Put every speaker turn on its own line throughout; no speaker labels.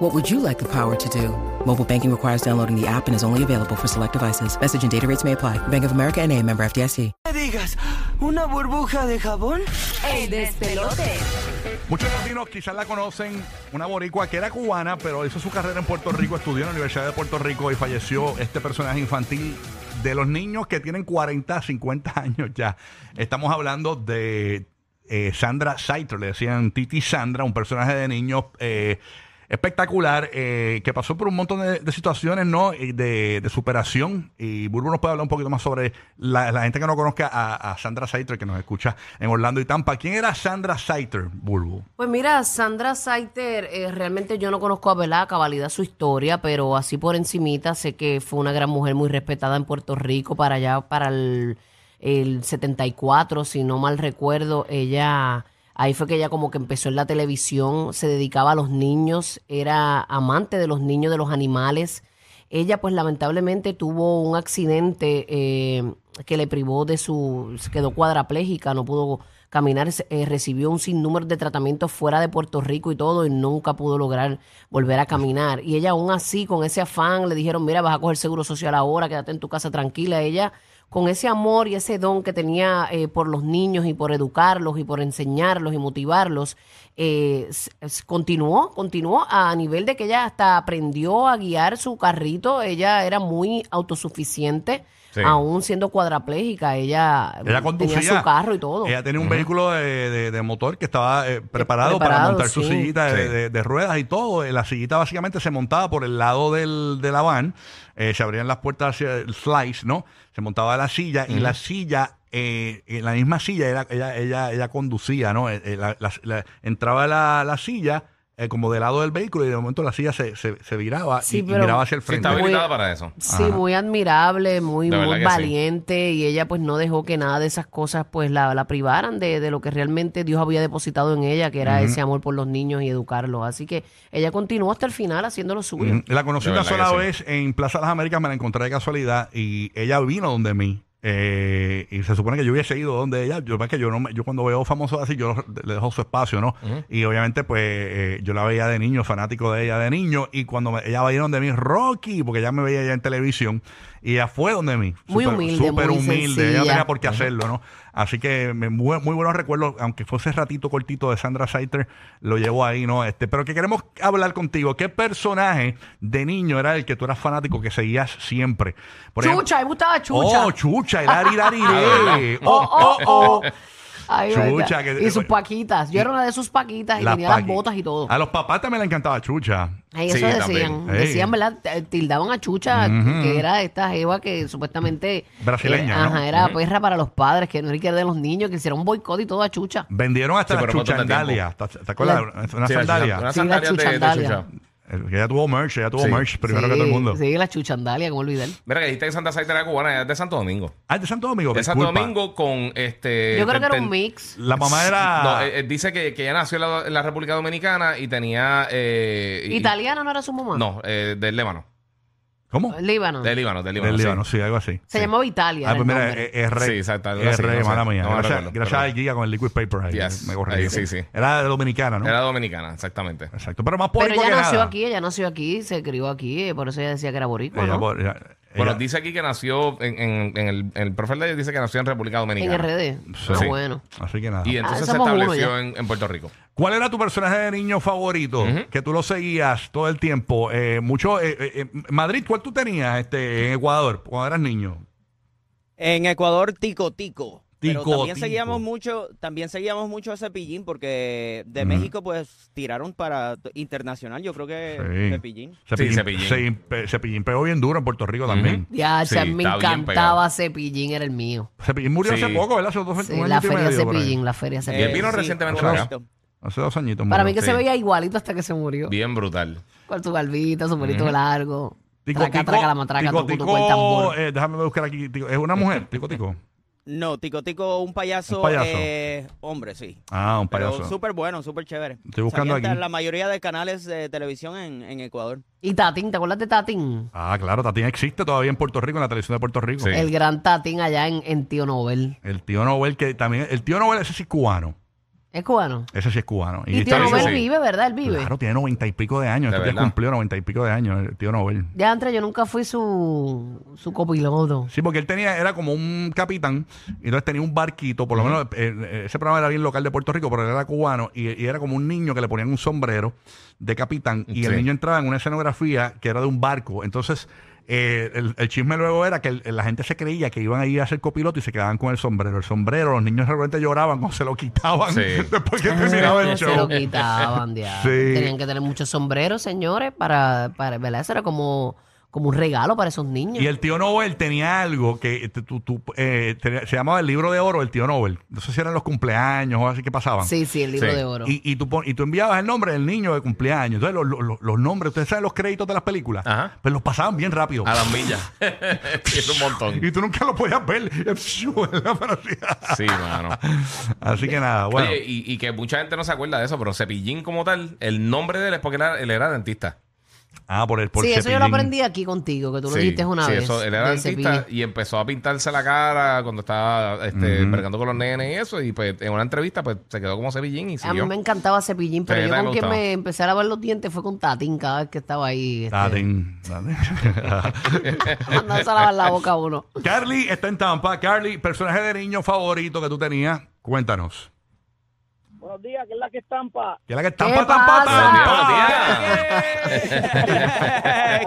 What would you like the power to do? Mobile banking requires downloading the app and is only available for select devices. Message and data rates may apply. Bank of America and a member FDIC.
me digas, ¿una burbuja de jabón?
Muchos latinos quizás la conocen, una boricua que era cubana, pero hizo su carrera en Puerto Rico, estudió en la Universidad de Puerto Rico y falleció este personaje infantil de los niños que tienen 40, 50 años ya. Estamos hablando de eh, Sandra Saito, le decían Titi Sandra, un personaje de niños eh, espectacular eh, que pasó por un montón de, de situaciones ¿no? Y de, de superación. Y Burbu nos puede hablar un poquito más sobre la, la gente que no conozca a, a Sandra Saiter, que nos escucha en Orlando y Tampa. ¿Quién era Sandra Saiter, Burbu?
Pues mira, Sandra Saiter, eh, realmente yo no conozco a ¿verdad? a cabalidad su historia, pero así por encimita sé que fue una gran mujer muy respetada en Puerto Rico para allá, para el, el 74, si no mal recuerdo, ella, ahí fue que ella como que empezó en la televisión, se dedicaba a los niños, era amante de los niños, de los animales. Ella pues lamentablemente tuvo un accidente eh, que le privó de su, se quedó cuadraplégica, no pudo caminar, se- eh, recibió un sinnúmero de tratamientos fuera de Puerto Rico y todo y nunca pudo lograr volver a caminar. Y ella aún así con ese afán le dijeron, mira, vas a coger seguro social ahora, quédate en tu casa tranquila. Ella con ese amor y ese don que tenía eh, por los niños y por educarlos y por enseñarlos y motivarlos, eh, s- s- continuó, continuó a nivel de que ella hasta aprendió a guiar su carrito, ella era muy autosuficiente,
Sí.
aún siendo cuadraplégica, ella,
Ella
mm,
conducía.
tenía su carro y todo.
Ella tenía un vehículo de, de- de motor que estaba eh, preparado, para
preparado,
montar su
sí.
sillita de,
Sí.
de- de ruedas y todo. Eh, La sillita básicamente se montaba por el lado del, de la van. Eh, se abrían las puertas hacia el slice, ¿no? Se montaba la silla y la silla, eh, en la misma silla, era- ella, ella, ella conducía, ¿no? Eh, eh, la- la- la- entraba la, la silla eh, como del lado del vehículo y de momento la silla se, se, se viraba
Sí,
y, y
pero-
miraba hacia el
Sí,
frente.
está habilitada
Muy-
para eso.
Sí, muy admirable, muy,
La verdad
muy
que sí.
valiente y ella pues no dejó que nada de esas cosas pues la, la privaran de, de lo que realmente Dios había depositado en ella, que era ese amor por los niños y educarlos. Así que ella continuó hasta el final haciendo lo suyo.
Ujú. La conocí
De
una
verdad
sola
que
vez en Plaza de las Américas, me la encontré de casualidad y ella vino donde mí. eh, y se supone que yo hubiese ido donde ella. Yo, es que yo, no, me- yo cuando veo famosos así, yo le dejo su espacio, ¿no? Y obviamente, pues eh, yo la veía de niño, fanático de ella de niño. Y cuando me- ella va a ir donde mí, Rocky, porque ella me veía ya en televisión. Y ella fue donde mí.
Muy
Súper-
humilde,
súper
muy
humilde. Ella
sencilla.
tenía por qué hacerlo, ¿no? Así que me- muy, muy buenos recuerdos, aunque fuese ratito cortito de Sandra Saiter, lo llevo ahí, ¿no? Este, pero que queremos hablar contigo. ¿Qué personaje de niño era el que tú eras fanático que seguías siempre? Por ejemplo-
Chucha, a mí me gustaba Chucha.
Oh, Chucha, el Ari Dari, Re. Oh, oh, oh.
Ay, verdad.
Chucha, que-
y sus paquitas. Yo era una de sus paquitas y
Las
tenía las
paqui-
botas y todo.
A los papás también le encantaba Chucha.
Ay, eso
Sí,
decían,
también.
Ey.
decían, ¿verdad? Eh, Tildaban a Chucha, que era esta jeva que supuestamente...
Brasileña,
eh,
¿no?
Ajá, era perra para los padres, que no era que era de los niños, que hicieron un boicot y todo a Chucha.
Vendieron hasta
Sí,
la
pero por
Chucha
tanto
Andalia. ¿Te te acuerdas? Una
Sí, la
sandalia.
chucha- Una
Sí, la
sandalia de- de,
chuchandalia.
chucha.
Eh, que Ella tuvo merch, ella tuvo
Sí.
merch primero que
Sí,
todo el mundo.
Sí, la chuchandalia, ¿cómo olvidar?
Mira que dijiste que Santa Saita era cubana, ella es de Santo Domingo.
Ah, de Santo Domingo,
De Santo
disculpa.
Domingo con este.
Yo creo que era
ten-
un mix.
La mamá era...
No, eh, eh, dice que, que ella nació en la, en la República Dominicana y tenía. eh, y-
¿Italiana no era su mamá?
No, eh, del Líbano.
¿Cómo?
Líbano.
Del Líbano, del Líbano.
Del
sí.
Líbano, sí, algo así.
Se llamaba Italia.
Ah,
era
pues
el
mira,
nombre.
es
Sí,
rey.
exacto, algo
Es
así,
rey,
no sé.
mala mía.
No me
gracias
recuerdo,
gracias
pero-
al guía con el liquid paper ahí.
Yes,
Me corregí.
ahí sí, sí.
Era dominicana, ¿no?
Era dominicana, exactamente.
Exacto. Pero más
Pero
público
ella
que
nació
nada.
aquí, ella nació aquí, se crió aquí, eh, por eso ella decía que era boricua,
Ella
¿no?
por- ella-
Bueno,
ella-
dice aquí que nació en, en- en el, en el perfil de ella dice que nació en República
En Ah,
Dominicana.
RD.
Sí.
Ah, bueno.
Así que nada.
Y entonces se
somos uno
estableció
ya.
en, en Puerto Rico.
¿Cuál era tu personaje de niño favorito? Que tú lo seguías todo el tiempo. Eh, mucho, eh, eh, eh, Madrid, ¿cuál tú tenías este, en Ecuador cuando eras niño?
En Ecuador, Tico Tico. Pero
Tico,
también
Tico.
seguíamos mucho, también seguíamos mucho a Cepillín porque de México pues tiraron para t- internacional, yo creo que
Sí.
Cepillín.
Cepillín,
Cepillín.
se impe- Cepillín pegó bien duro en Puerto Rico también.
Ya,
Sí,
a mí me
está bien
encantaba Cepillín, era el mío.
Cepillín murió
Sí.
hace poco, ¿verdad? Hace dos
Sí,
un año
la
y
feria
medio por ahí.
Cepillín, la feria
Y él
Eh,
Cepillín.
vino recientemente
para
para
acá.
acá.
Hace dos añitos.
Para mí
murió.
que se
Eh, Sí.
veía igualito hasta que se murió.
Bien brutal.
Con su barbita, su pelito largo.
Tico,
traca,
tico,
traca, la matraca,
tico,
tucu, tucu,
tico,
el tambor.
eh, déjame buscar aquí. tico, es una mujer, tico, tico.
No, Tico Tico, un payaso,
Un payaso.
eh, hombre, sí.
Ah, un payaso.
Pero súper bueno, súper chévere.
Estoy buscando
Salía en
aquí.
La mayoría de canales de televisión en, en Ecuador.
Y Tatín, ¿te acuerdas de Tatín?
Ah, claro, Tatín existe todavía en Puerto Rico, en la televisión de Puerto Rico.
Sí.
El gran Tatín allá en, en Tío Nobel.
El tío Nobel, que también. El tío Nobel, ese sí es cubano.
¿Es cubano?
Ese sí es cubano.
Y Tío
está
vivo.
Nobel
Sí.
vive, ¿verdad? Él vive.
Claro, tiene noventa y pico de años.
De
Este ya
verdad.
cumplió noventa y pico de años, el tío Nobel.
Ya entre yo nunca fui su, su copiloto.
Sí, porque él tenía, era como un capitán, y entonces tenía un barquito, por lo menos eh, eh, ese programa era bien local de Puerto Rico, pero él era cubano, y, y era como un niño que le ponían un sombrero de capitán, y el
Sí.
niño entraba en una escenografía que era de un barco. Entonces, eh, el, el chisme luego era que el- la gente se creía que iban a ir a ser copiloto y se quedaban con el sombrero. El sombrero, los niños realmente lloraban o se lo quitaban
Sí.
después que terminaba el
Ah, Se lo
show.
eh,
quitaban, diablo.
Sí.
Tenían que tener muchos sombreros, señores, para, para ¿verdad? Eso era como, como un regalo para esos niños.
Y el tío Nobel tenía algo que este, tú- tú, eh, tenía- se llamaba el libro de oro, el tío Nobel. No sé si eran los cumpleaños o así que pasaban.
Sí, sí, el libro
Sí.
de oro.
Y, y tú, pon- y tú enviabas el nombre del niño de cumpleaños. Entonces, los, los- los- los nombres, ustedes saben los créditos de las películas,
Ajá.
pero los pasaban bien rápido.
A las millas. Tiene un montón.
Y tú nunca los podías ver. en la velocidad.
Sí, mano.
Así que nada, bueno.
Oye, y, y que mucha gente no se acuerda de eso, pero Cepillín como tal, el nombre de él es porque él era, él era dentista.
ah, por el por
sí, eso yo lo
Cepillín.
aprendí aquí contigo, que tú lo
Sí,
dijiste una
sí,
vez.
eso, él era
de
dentista
Cepillín.
y empezó a pintarse la cara cuando estaba este, bregando con los nenes y eso. Y pues en una entrevista pues se quedó como Cepillín
A
y
mí
siguió.
me encantaba Cepillín, pero
Sí,
yo
te
con quien
gustaba.
me empecé a lavar los dientes fue con Tatín cada vez que estaba ahí. este,
Tatín, tatín.
mandándose a lavar la boca a uno.
Carly está en Tampa. Carly, personaje de niño favorito que tú tenías, cuéntanos.
Buenos días, que es la que estampa.
¿Qué es la que Tampa, Tampa,
pasa?
Buenos
Tampa?
días, buenos días.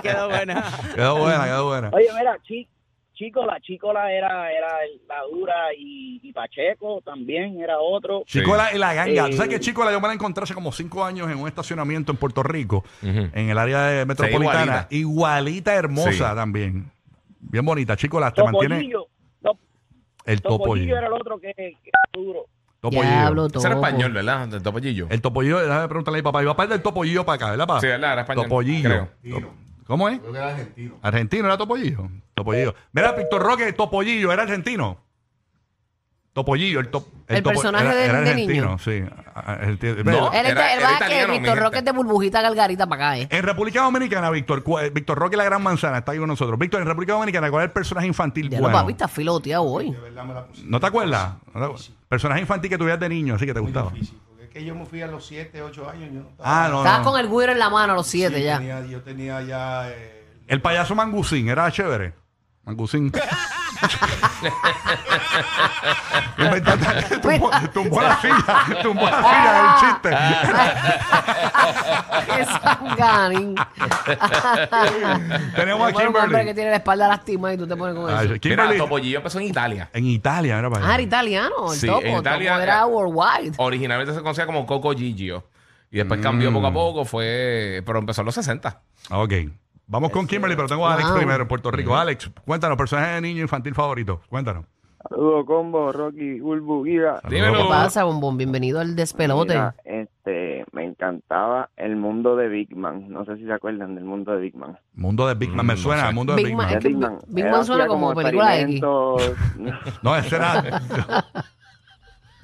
Quedó buena.
Quedó buena, quedó buena.
Oye, mira, chi, Chicola, Chicola era, era el- la dura y, y Pacheco también era otro.
Sí.
Chicola y la ganga. ¿Tú
Eh.
¿Sabes que Chicola yo me la encontré hace como cinco años en un estacionamiento en Puerto Rico,
Ujú.
en el área de metropolitana?
igualita.
igualita. hermosa
Sí.
también. Bien bonita, Chicola. Te mantiene
Topollillo, Top-
el
Topollillo
topollillo.
era el otro que, que era duro.
Topollillo.
Diablo,
Ese era
topo.
español, ¿verdad? Del topollillo.
El topollillo, déjame preguntarle a mi papá. Mi papá es del topollillo para acá, ¿verdad, papá?
Sí, ¿verdad? Era español,
Topollillo.
creo.
Top- ¿Cómo es? Creo que era argentino. ¿Argentino era topollillo? Topollillo. Mira, Víctor Roque, topollillo, era argentino. Topollillo, el, top,
El
topo-
personaje
era,
de-
era
de
argentino, sí. Ah, argentino.
No,
Él
Era-
está- él
era
va que
italiano, mi
Víctor
gente.
Roque es de burbujita galgarita para acá, ¿eh?
En República Dominicana, Víctor, cu- eh, Víctor Roque la Gran Manzana está ahí con nosotros. Víctor, en República Dominicana, ¿cuál es el personaje infantil?
Ya
bueno?
lo papi está filoteado hoy.
Pues,
¿No te acuerdas? ¿No te acuerdas? Personaje infantil que tuvieras de niño, así que te
Muy
gustaba.
difícil, porque es que yo me fui a los 7, 8 años. Yo no estaba-
Ah, no,
Estabas
no.
con el güiro en la mano a los siete
Sí,
ya.
tenía- yo tenía ya. eh,
El payaso Mangusín, era chévere. Mangusín. Inventaste- tumbó, tumbó la silla, tumbó la silla del
Ah.
chiste.
¡Qué sanganín!
Tenemos a
Bueno, un hombre que
Kimberly.
tiene la espalda lastimada y tú te pones con
Ay,
eso.
Mira,
Kimberly,
topollillo empezó en Italia.
en Italia, era para
Ah,
allá.
era italiano, el
Sí,
topo.
en
el
Italia-
topo era worldwide.
Oh.
Originalmente se conocía como Coco Gigio. Y después cambió poco a poco, fue... Pero empezó en los 60.
Ah, Ok. Vamos con Kimberly, pero tengo a Alex
Wow.
primero en Puerto Rico. Alex, cuéntanos, personaje de niño infantil favorito. Cuéntanos.
Saludos, Combo, Rocky, Urbu, Guida.
Dímelo.
¿Qué pasa, bombón? Bienvenido al despelote.
Mira, este, me encantaba el mundo de Big Man. No sé si se acuerdan del mundo de Big Man.
Mundo de Big Man, me
Mm, no
suena,
sé.
el mundo de
Big
Big,
Man.
De
Man.
que
Big Man.
Big
Él
Man suena
hacía
como película de X.
experimentos.
No, ese era.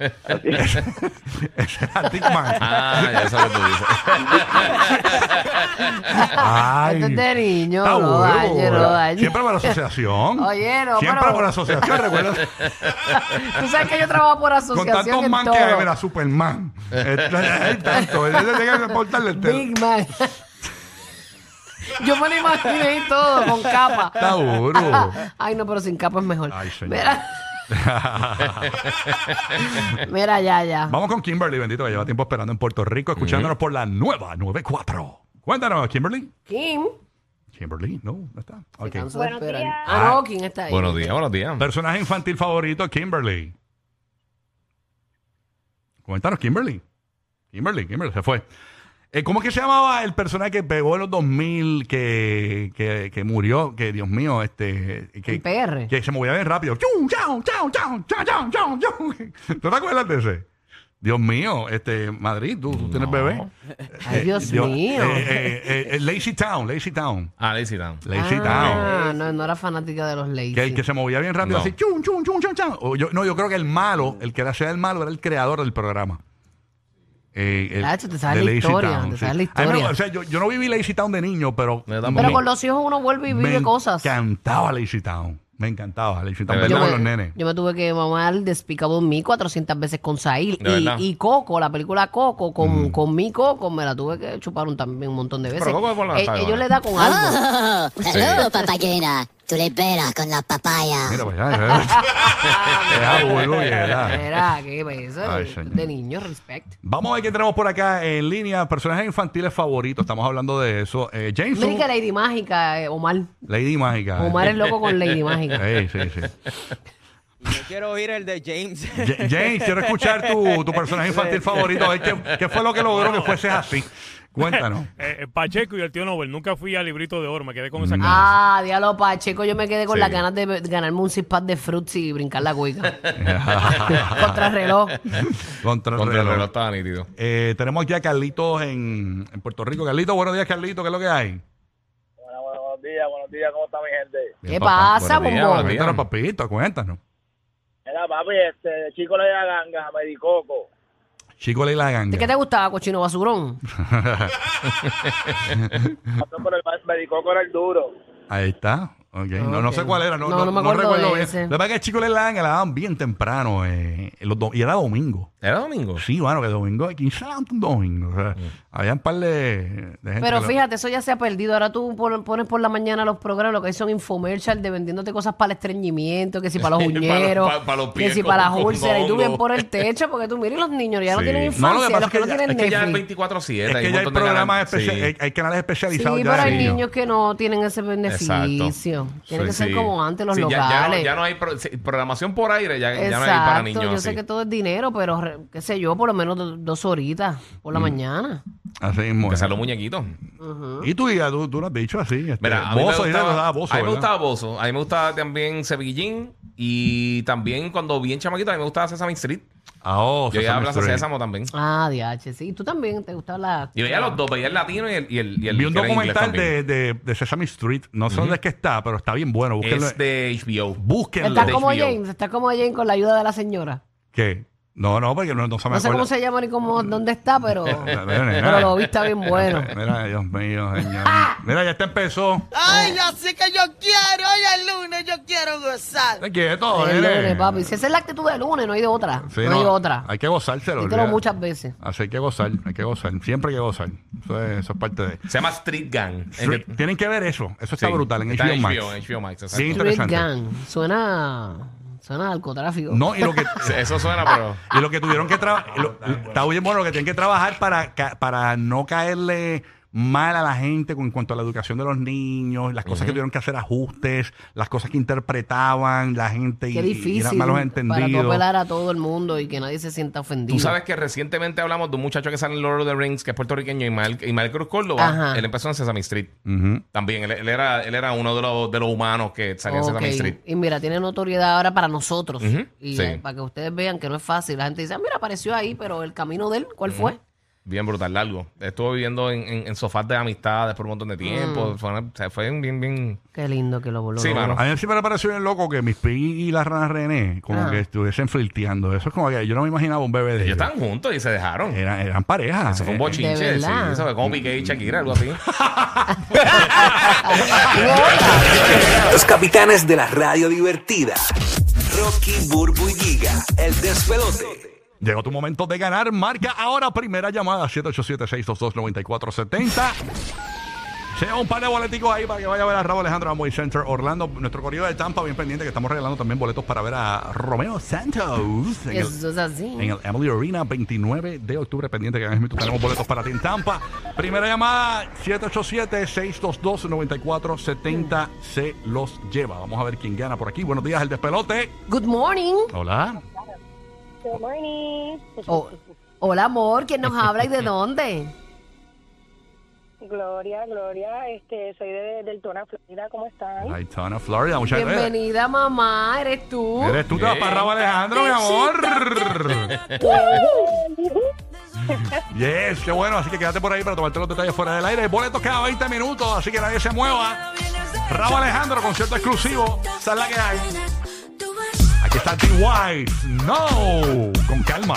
ese era Big Man.
Ah, ya sé lo que tú dices.
Ay.
Esto es de niño,
Está
no
bueno.
dañe, no dañe.
Siempre por asociación.
Oye, no,
Siempre
pero-
por asociación, ¿recuerdas?
Tú sabes que yo trabajo por
Con
asociación
tantos
en
man
todo.
que hay, mira, Superman. Eh, Hay tanto. eh, Llega a reportarle el tele-
Big Man. Yo me lo imaginé y todo, con capa. Ah,
Está duro.
Ay, no, pero sin capa es mejor.
Ay, señor.
Mira, mira, ya, ya.
Vamos con Kimberly, bendito, que lleva tiempo esperando en Puerto Rico, escuchándonos por la nueva 94. Cuéntanos, Kimberly.
Kim.
Kimberly, no, no está. Ok.
Canso de
Buenos
esperar.
días.
Ah, no, ¿quién está ahí?
buenos días, buenos días.
Personaje infantil favorito, Kimberly. Cuéntanos, Kimberly. Kimberly, Kimberly, se fue. Eh, ¿Cómo es que se llamaba el personaje que pegó en los 2000, que, que, que murió, que Dios mío, este...
El
Que,
PR.
que se movía bien rápido. Chau, chau, chau, chau, chau, chau, chau, chau. ¿Tú te acuerdas de ese? Dios mío, este Madrid, tú, tú tienes bebé.
Ay, Dios mío.
eh, eh, eh, eh, Lazy Town, Lazy Town.
Ah, Lazy Town.
Lazy Town.
ah, no, no era fanática de los Lazy.
Que el que se movía bien rápido
No.
así, chun, chun, chun, chun, chun. O yo- no, yo creo que el malo, el que era sea el malo, era el creador del programa. Eh, el-
Nacho, Ah, te sabes
de
la
Lazy
historia,
Town,
te
sí.
sabes la
A mí me-
historia.
o sea, yo, yo no viví Lazy Town de niño, pero.
Yo tampoco.
Pero
me-
con los hijos uno vuelve y vive cosas.
Me encantaba Lazy Town. Me encantaba Lazy Town.
De
Verlo
verdad.
con
yo,
los
me,
nenes.
yo me tuve que mamar Despicable Me 400 veces con Sail.
De
Y,
verdad.
y Coco, la película Coco, con,
Mm.
con mi Coco, me la tuve que chupar un, también un montón de veces.
Pero Coco es con la
Eh,
saga.
ellos le da con algo.
hello,
papayera. Tú le peras con las papayas.
Mira, pues ya, ya. Deja, boludo, que
Ah.
era.
Era, qué beso.
Ay, señor.
de niño, respect.
Vamos a ver qué tenemos por acá en línea. Personajes infantiles favoritos. Estamos hablando de eso. Eh, James,
Mira
Wu,
que Lady Mágica, eh, Omar.
Lady Mágica.
Omar es loco con Lady Mágica.
Sí, sí, sí.
Yo quiero oír el de James.
Ja- James, quiero escuchar tu, tu personaje infantil favorito. A ver qué, qué fue lo que logró que fueses así. Cuéntanos.
Pacheco y el tío Nobel. Nunca fui al librito de oro. Me quedé con esa cara.
Ah, diablo, Pacheco, yo me quedé con
Sí.
las ganas de be- ganarme un six pack de fruits y brincar la cuica. Contrarreloj.
Mm, Contra el
Contra el
reloj.
reloj estaba nítido.
Eh, tenemos aquí a Carlitos en, en Puerto Rico. Carlitos, buenos días, Carlitos. ¿Qué es lo que hay?
Bueno, bueno, buenos días, buenos días, ¿cómo está mi gente?
¿Qué pasa,
Buenos días,
bombón?
buenos días.
Cuéntanos, papito, cuéntanos.
Era papi, este, chico le da ganga, Americoco.
Chico le la
¿De qué
ganga.
te gustaba, cochino basurón?
Pasó por el Americoco era el duro.
Ahí está. Ok. No, no sé
Ok.
cuál era. No,
No,
no,
no me
no
acuerdo
recuerdo
de
bien.
ese.
Lo que pasa es que Chico le la ganga la daban bien temprano. eh, los do- y era domingo.
¿Era domingo?
Sí, bueno, que domingo, quizás un domingo. o sea,
Mm.
Había un par de, de gente.
Pero
que lo-
fíjate, eso ya se ha perdido. Ahora tú pon- pones por la mañana los programas, lo que hay son infomercial de vendiéndote cosas para el estreñimiento, que si para los
Para los-
uñeros,
pa- para los
que
pies
si
con-
para las
con
úlceras. Y tú
hongo.
bien por el techo, porque tú miras los niños, ya no
Sí.
tienen
No, lo que
infancia,
pasa
los que
es que
no
ya-
tienen
Es que ya es
Netflix.
Es
24-7.
que
un
ya hay
montón de
programas
canales.
especiales, hay,
Sí.
hay canales
Sí,
especializados ya.
pero hay
de niños.
niños que no tienen ese beneficio.
Exacto.
Tienen que
Sí,
ser
sí.
como antes los
Sí, ya- ya no-
locales.
Ya, no hay pro- sí, programación por aire, ya, ya no hay para
Exacto,
niños.
yo sé
así.
que todo es dinero, pero re- qué sé yo, por lo menos do- dos horitas por
Mm.
la mañana.
Así mismo.
Que
es.
sean los muñequitos.
Y tú, hija, tú, tú lo has dicho así. Este,
Mira, a mí,
Bozo,
me
hija,
gustaba,
lo daba Bozo,
a mí me
¿verdad?
gustaba Bozo. A mí me gustaba también Cepillín. Y también cuando bien chamaquito, a mí me gustaba Sesame Street.
Ah, oh,
Yo
Sesame
ya a Plaza
Street.
Sésamo también.
Ah, DH, sí. Tú también te gustaba la.
Y veía los dos, veía el latino y el, y el, y el
Vi un
que era en inglés
documental
también.
de, de, de Sesame Street. No sé dónde es que está, pero está bien bueno. Búsquenlo.
Es de HBO.
Búsquenlo.
Estás
de
como
HBO.
James, estás como James con la ayuda de la señora.
¿Qué? No, no, porque no, no se me
No sé cómo
acuerda.
se llama ni cómo, dónde está, pero,
Mira,
pero lo viste bien bueno. ¡Ah!
Mira, Dios mío, señor. Mira, ya te empezó.
Ay, así que yo quiero, hoy es lunes, yo quiero gozar.
Te quieto,
El
nene.
lunes, papi. Si esa es la actitud del lunes, no hay de otra.
Sí,
no, hay otra.
Hay que gozárselo.
Dímelo
olvídate.
muchas veces.
Así hay que gozar, hay que gozar. Siempre hay que gozar. Eso es, eso es parte de.
Se llama Street Gang. En
Street-
que-
Tienen que ver eso. Eso está
sí,
brutal en
está
HBO Max.
en HBO Max, exacto.
Bien
Street
interesante.
Gang. Suena. Suena a narcotráfico.
No, y lo que.
Sí, Eso suena, pero.
Y lo que tuvieron que trabajar,
Ah,
está bien bueno, lo que tienen que trabajar para, ca- para no caerle mal a la gente con en cuanto a la educación de los niños, las cosas que tuvieron que hacer ajustes, las cosas que interpretaban la gente y,
Qué
y eran
difícil.
malos
Para tú
entendidos.
apelar a todo el mundo y que nadie se sienta ofendido.
Tú sabes que recientemente hablamos de un muchacho que sale en Lord of the Rings, que es puertorriqueño, Imael, Imael Cruz Córdoba.
Ajá.
Él empezó en Sesame Street.
Ujú.
También, él, él era, él era uno de los, de los humanos que salía en
Ok.
Sesame Street.
Y mira, tiene notoriedad ahora para nosotros.
Ujú,
Y
sí.
eh, para que ustedes vean que no es fácil. La gente dice, ah, mira, apareció ahí, pero el camino de él, ¿cuál fue?
Bien brutal, largo. Estuvo viviendo en, en- en sofás de amistades por un montón de
Mm.
tiempo. Fue, una- o sea, fue un bien, bien.
Qué lindo que lo voló.
Sí, mano.
A mí siempre me pareció bien loco que mis Piggy y la rana René como
Ah.
que estuviesen flirteando. Eso es como que yo no me imaginaba un bebé de
Ellos
ellos.
estaban juntos y se dejaron.
Eran, eran parejas.
Eso fue un
Eh,
bochinche.
De
Sí,
verdad.
eso fue como Piqué y Shakira, algo así.
Los capitanes de la radio divertida. Rocky, Burbu y Giga, el despelote.
Llegó tu momento de ganar. Marca ahora primera llamada 787-622-9470. Sea un par de boleticos ahí para que vaya a ver a Raúl Alejandro Amway Center Orlando. Nuestro corrido de Tampa, bien pendiente, que estamos regalando también boletos para ver a Romeo Santos. en el-
Eso es así.
en el Emily Arena, 29 de octubre, pendiente que ahora mismo tenemos boletos para ti en Tampa. Primera llamada, 787-622-9470. Se los lleva. Vamos a ver quién gana por aquí. Buenos días, el despelote.
Good morning.
Hola.
Good morning.
Oh, hola, amor. ¿Quién nos habla y de dónde?
Gloria, Gloria. Este, soy de Deltona, Florida. ¿Cómo están?
Daytona, Florida. Muchas gracias.
Bienvenida, mamá. ¿Eres tú?
Eres tú, te vas para Raúl Alejandro, mi amor. Yes, qué bueno. Así que quédate por ahí para tomarte los detalles fuera del aire. Boletos cada 20 minutos, así que nadie se mueva. Raúl Alejandro, concierto exclusivo. Esa es la que hay. Aquí está T. White. No, con calma.